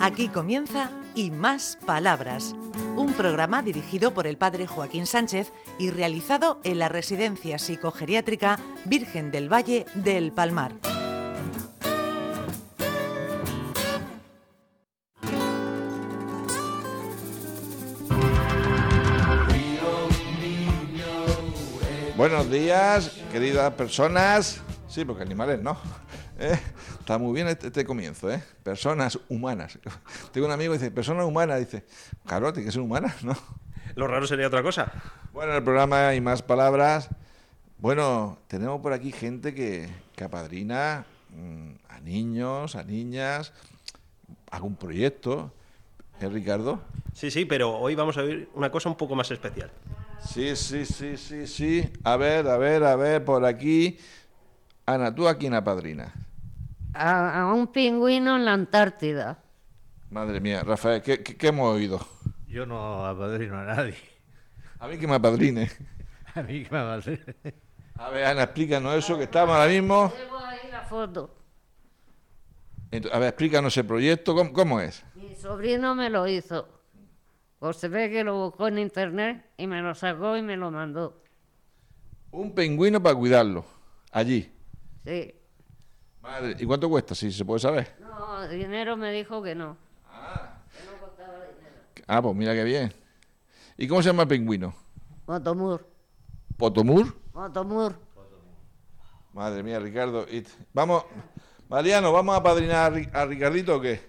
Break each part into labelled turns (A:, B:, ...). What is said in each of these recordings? A: Aquí comienza Y Más Palabras, un programa dirigido por el padre Joaquín Sánchez y realizado en la Residencia Psicogeriátrica Virgen del Valle del Palmar.
B: Buenos días, queridas personas. Sí, porque animales no. Eh, Está muy bien este, este comienzo, ¿eh? Personas humanas. Tengo un amigo que dice, personas humanas. Dice, claro, tiene que ser humanas, ¿no?
C: Lo raro sería otra cosa.
B: Bueno, en el programa hay más palabras. Bueno, tenemos por aquí gente que, que apadrina mm, a niños, a niñas, algún proyecto. ¿Eh, Ricardo?
C: Sí, sí, pero hoy vamos a ver una cosa un poco más especial.
B: Sí, sí, sí, sí, sí. A ver, a ver, a ver, por aquí. Ana, ¿tú a quién apadrinas?
D: a, a un pingüino en la Antártida.
B: Madre mía, Rafael, ¿qué, qué- qué hemos oído?
E: Yo no apadrino a nadie.
B: A mí que me apadrine.
E: A mí que me apadrine.
B: A ver, Ana, explícanos eso que estamos ahora mismo.
D: Llevo ahí la foto.
B: Ent- A ver, explícanos ese proyecto, ¿cómo, cómo es?
D: Mi sobrino me lo hizo. O se ve que lo buscó en internet y me lo sacó y me lo mandó.
B: Un pingüino para cuidarlo, allí.
D: Sí.
B: Madre, ¿y cuánto cuesta, si se puede saber?
D: No, dinero me dijo que no. Que no costaba dinero.
B: Ah, pues mira qué bien. ¿Y cómo se llama el pingüino?
D: Motomur.
B: ¿Potomur?
D: Motomur.
B: Madre mía, Ricardo. it- Vamos, Mariano, ¿vamos a apadrinar a, Ri- a Ricardito o qué?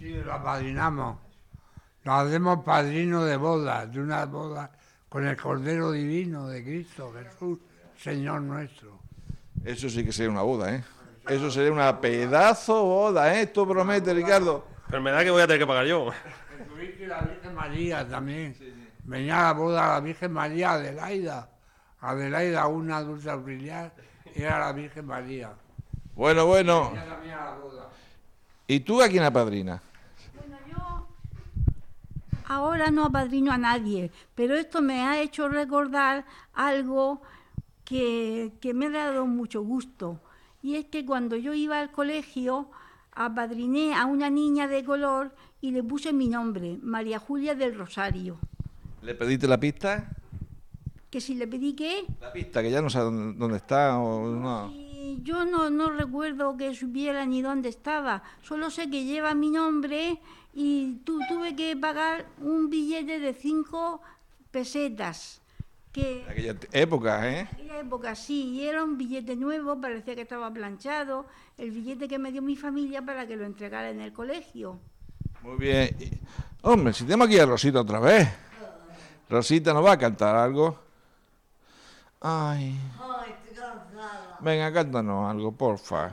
F: Sí, lo apadrinamos. Lo hacemos padrino de boda, de una boda con el Cordero Divino de Cristo Jesús, Señor nuestro.
B: Eso sí que sería una boda, ¿eh? Eso sería una pedazo boda, ¿eh? Esto promete, Ricardo.
C: Pero me da que voy a tener que pagar yo.
F: Tuviste la Virgen María también. Venía a la boda la Virgen María Adelaida. Adelaida, una dulce auxiliar, era la Virgen María.
B: Bueno, bueno.
F: Ella también a la boda.
B: ¿Y tú a quién apadrinas?
G: Bueno, yo ahora no apadrino a nadie, pero esto me ha hecho recordar algo que, que me ha dado mucho gusto. Y es que cuando yo iba al colegio, apadriné a una niña de color y le puse mi nombre, María Julia del Rosario.
B: ¿Le pediste la pista?
G: Que si le pedí qué,
B: La pista, que ya no sé dónde, dónde está o no.
G: Y yo no, no recuerdo que supiera ni dónde estaba, solo sé que lleva mi nombre y tu- tuve que pagar un billete de 5 pesetas, que
B: En aquella t- época, ¿eh?
G: en aquella época sí, y era un billete nuevo, parecía que estaba planchado, el billete que me dio mi familia para que lo entregara en el colegio.
B: Muy bien. Y- Hombre, si tenemos aquí a Rosita otra vez. Rosita nos va a cantar algo. Ay. Venga, cántanos algo, porfa.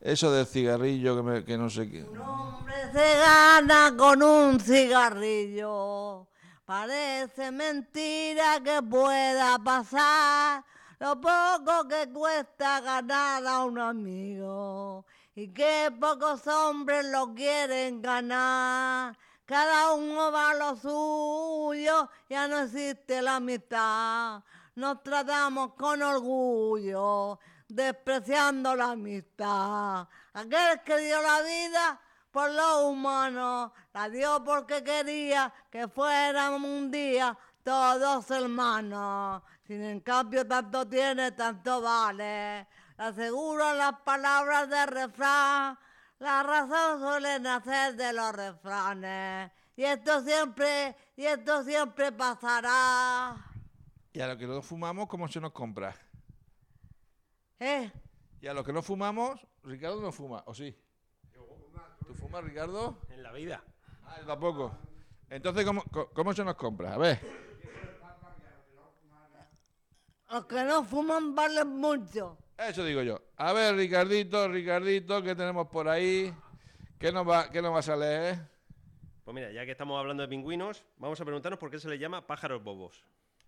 B: Eso del cigarrillo que, me- que no sé qué.
H: hombre se gana con un cigarrillo. Parece mentira que pueda pasar lo poco que cuesta ganar a un amigo y que pocos hombres lo quieren ganar. Cada uno va a lo suyo, ya no existe la amistad. Nos tratamos con orgullo, despreciando la amistad. Aquel que dio la vida por lo humano, la dio porque quería que fuéramos un día todos hermanos. Sin en cambio tanto tiene, tanto vale. Le aseguro las palabras del refrán, la razón suele nacer de los refranes. Y esto siempre, y esto siempre pasará.
B: Y a los que no fumamos, ¿cómo se nos compra?
H: ¿Eh?
B: Y a los que no fumamos, Ricardo no fuma, ¿o sí? ¿Tú fumas, Ricardo?
C: En la vida.
B: Ah, yo tampoco. Entonces, ¿cómo, co- cómo se nos compra? A ver.
H: Los que no fuman valen mucho.
B: Eso digo yo. A ver, Ricardito, Ricardito, ¿qué tenemos por ahí? ¿Qué nos va, qué nos vas a eh? leer?
C: Pues mira, ya que estamos hablando de pingüinos, vamos a preguntarnos por qué se les llama pájaros bobos.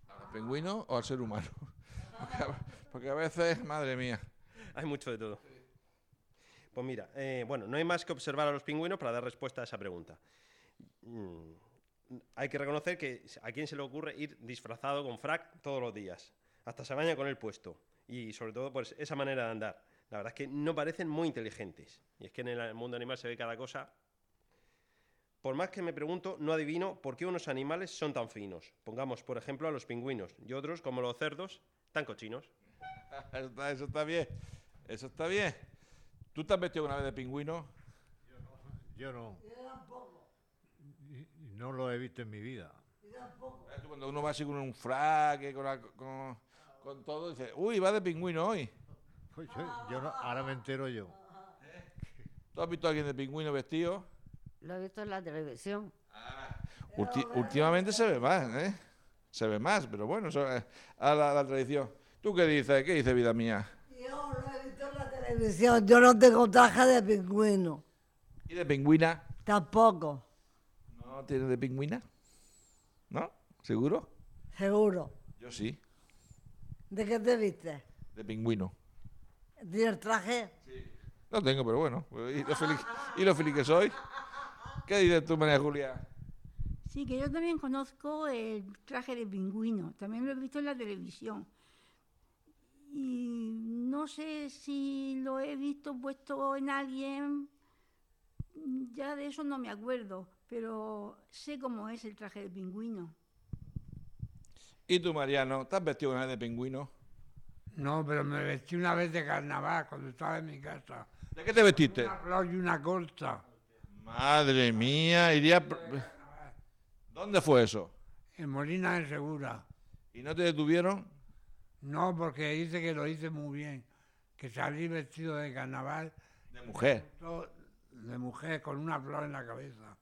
B: ¿Al pingüino o al ser humano? Porque a, porque a veces, madre mía.
C: Hay mucho de todo. Pues mira, eh, bueno, no hay más que observar a los pingüinos para dar respuesta a esa pregunta. Mm, Hay que reconocer que a quién se le ocurre ir disfrazado con frac todos los días. Hasta se baña con el puesto. Y sobre todo, pues esa manera de andar. La verdad es que no parecen muy inteligentes. Y es que en el mundo animal se ve cada cosa. Por más que me pregunto, no adivino por qué unos animales son tan finos. Pongamos, por ejemplo, a los pingüinos y otros, como los cerdos, tan cochinos.
B: Eso está, eso está bien. Eso está bien. ¿Tú te has vestido una vez de pingüino?
E: Yo no. Y- y No lo he visto en mi vida.
B: Eh, tú Cuando uno va así con un frac, eh, con, la- con- con todo, dice, uy, va de pingüino hoy.
E: Pues yo, yo no- ahora me entero yo.
B: ¿Tú has visto a alguien de pingüino vestido?
D: Lo he visto en la televisión.
B: Ulti- últimamente se ve más, ¿eh? Se ve más, pero bueno, eso es a la, la tradición. ¿Tú qué dices? ¿Qué dices, vida mía?
H: Yo lo he visto en la televisión, yo no tengo traje de pingüino,
B: ¿Y de pingüina?
H: tampoco,
B: ¿No tienes de pingüina? ¿No? ¿Seguro?
H: seguro.
B: Yo sí,
H: ¿De qué te viste?
B: de pingüino.
H: ¿Tienes traje?
B: No tengo, pero bueno. Y lo feliz, y lo feliz que soy. ¿Qué dices tú, María Julia?
G: Sí, que yo también conozco el traje de pingüino, también lo he visto en la televisión. Y no sé si lo he visto puesto en alguien, ya de eso no me acuerdo, pero sé cómo es el traje de pingüino.
B: ¿Y tú, Mariano? ¿Te has vestido una vez de pingüino?
F: No, pero me vestí una vez de carnaval cuando estaba en mi casa.
B: ¿De qué te vestiste?
F: Una flor y una corta
B: Madre mía, iría... pr- ¿Dónde fue eso?
F: en Molina de Segura.
B: ¿Y no te detuvieron?
F: No, porque dice que lo hice muy bien, que salí vestido de carnaval
B: De mujer.
F: todo de mujer con una flor en la cabeza.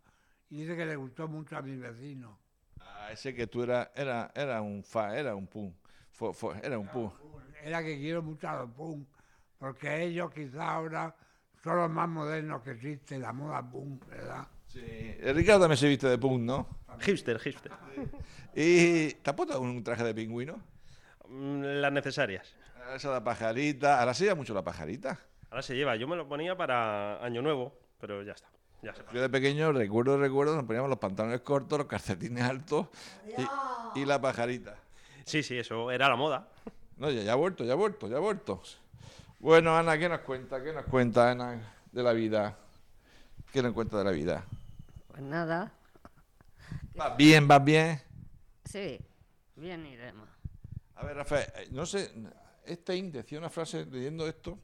F: Y dice que le gustó mucho a mis vecinos.
B: Ah, ese que tú era, era, era un fa, era un pum. Fue- fue- era un pum.
F: Era que quiero mucho a los punk, porque ellos quizá ahora son los más modernos que existe, la moda punk, ¿verdad?
B: Sí. El Ricardo también se viste de pum, ¿no?
C: Hipster, hipster.
B: ¿Y te has puesto un traje de pingüino?
C: Mm, Las necesarias.
B: Ah, Esa la pajarita. Ahora se lleva mucho la pajarita.
C: Ahora se lleva. Yo me lo ponía para Año Nuevo, pero ya está. Ya se pasó.
B: Yo de pequeño recuerdo, recuerdo, nos poníamos los pantalones cortos, los calcetines altos y, y la pajarita.
C: Sí, sí, eso era la moda.
B: No, ya, ya ha vuelto, ya ha vuelto, ya ha vuelto. Bueno, Ana, ¿qué nos cuenta? ¿Qué nos cuenta, Ana, de la vida? ¿Qué nos cuenta de la vida?
D: Pues nada,
B: ¿Vas bien, vas bien?
D: sí, bien iremos.
B: A ver, Rafael, eh, no sé, este IN decía una frase leyendo esto,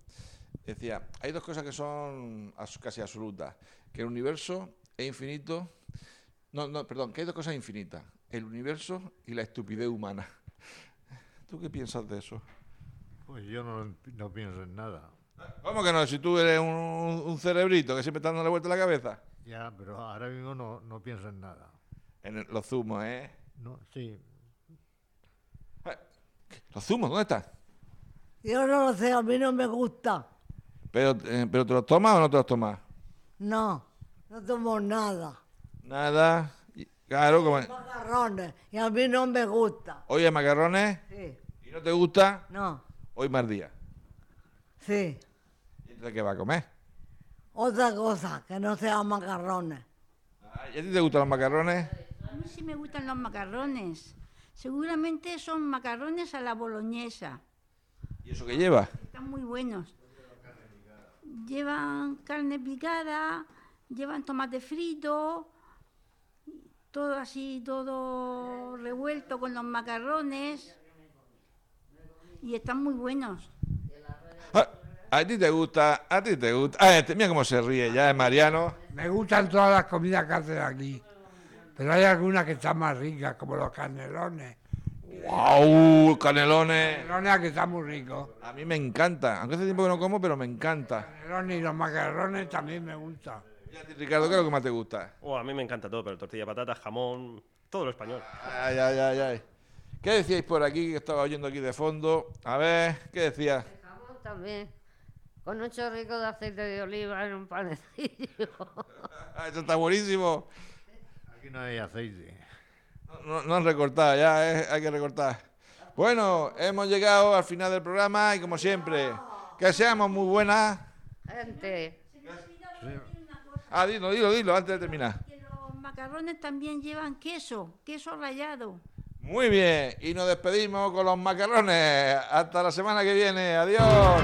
B: decía, hay dos cosas que son as- casi absolutas, que el universo es infinito, no, no, perdón, que hay dos cosas infinitas, el universo y la estupidez humana. ¿Tú qué piensas de eso?
E: Pues yo no, no pienso en nada.
B: ¿Cómo que no? Si tú eres un, un cerebrito que siempre está dando la vuelta a la cabeza.
E: Ya, pero ahora mismo no, no pienso en nada.
B: En el- los zumos, ¿eh?
E: No, sí.
B: Eh, ¿Los zumos? ¿Dónde están?
H: Yo no lo sé, a mí no me gusta.
B: ¿Pero, eh, ¿Pero te los tomas o no te los tomas?
H: No, no tomo nada.
B: Nada. Y- Claro, como...
H: Macarrones, y a mí no me gusta.
B: Oye, macarrones.
H: Sí,
B: ¿Y no te gusta?
H: no,
B: Hoy más día.
H: sí.
B: ¿Y entonces qué va a comer?
H: Otra cosa, que no sea macarrones.
B: Ah, ¿Y a ti te gustan los macarrones?
G: A mí sí me gustan los macarrones, seguramente son macarrones a la boloñesa.
B: ¿Y eso qué lleva?
G: Están muy buenos. Llevan carne picada, llevan tomate frito, todo así, todo revuelto con los macarrones. Y están muy buenos.
B: Ah, a ti te gusta, a ti te gusta. Ah, este- mira cómo se ríe ya, es Mariano.
F: Me gustan todas las comidas que hacen aquí, pero hay algunas que están más ricas, como los canelones.
B: ¡Wow! Canelones.
F: Canelones que están muy ricos.
B: A mí me encanta. Aunque hace tiempo que no como, pero me encanta.
F: Canelones y los macarrones también me gustan.
B: ¿Y a ti, Ricardo, qué es lo que más te gusta?
C: Oh, a mí me encanta todo, pero tortilla de patatas, jamón, todo lo español.
B: Ay, ay, ay, ay. ¿Qué decíais por aquí que estaba oyendo aquí de fondo? A ver, ¿qué decías?
D: El jamón también, con un chorrico de aceite de oliva en un panecillo.
B: Ah, eso está buenísimo.
E: Aquí no hay aceite.
B: No, no han recortado ya, eh, hay que recortar. Bueno, hemos llegado al final del programa y como siempre, que seamos muy buenas.
D: Gente,
B: Ah, dilo, dilo, dilo, antes de terminar.
G: Que los macarrones también llevan queso, queso rallado.
B: Muy bien, y nos despedimos con los macarrones. Hasta la semana que viene, adiós.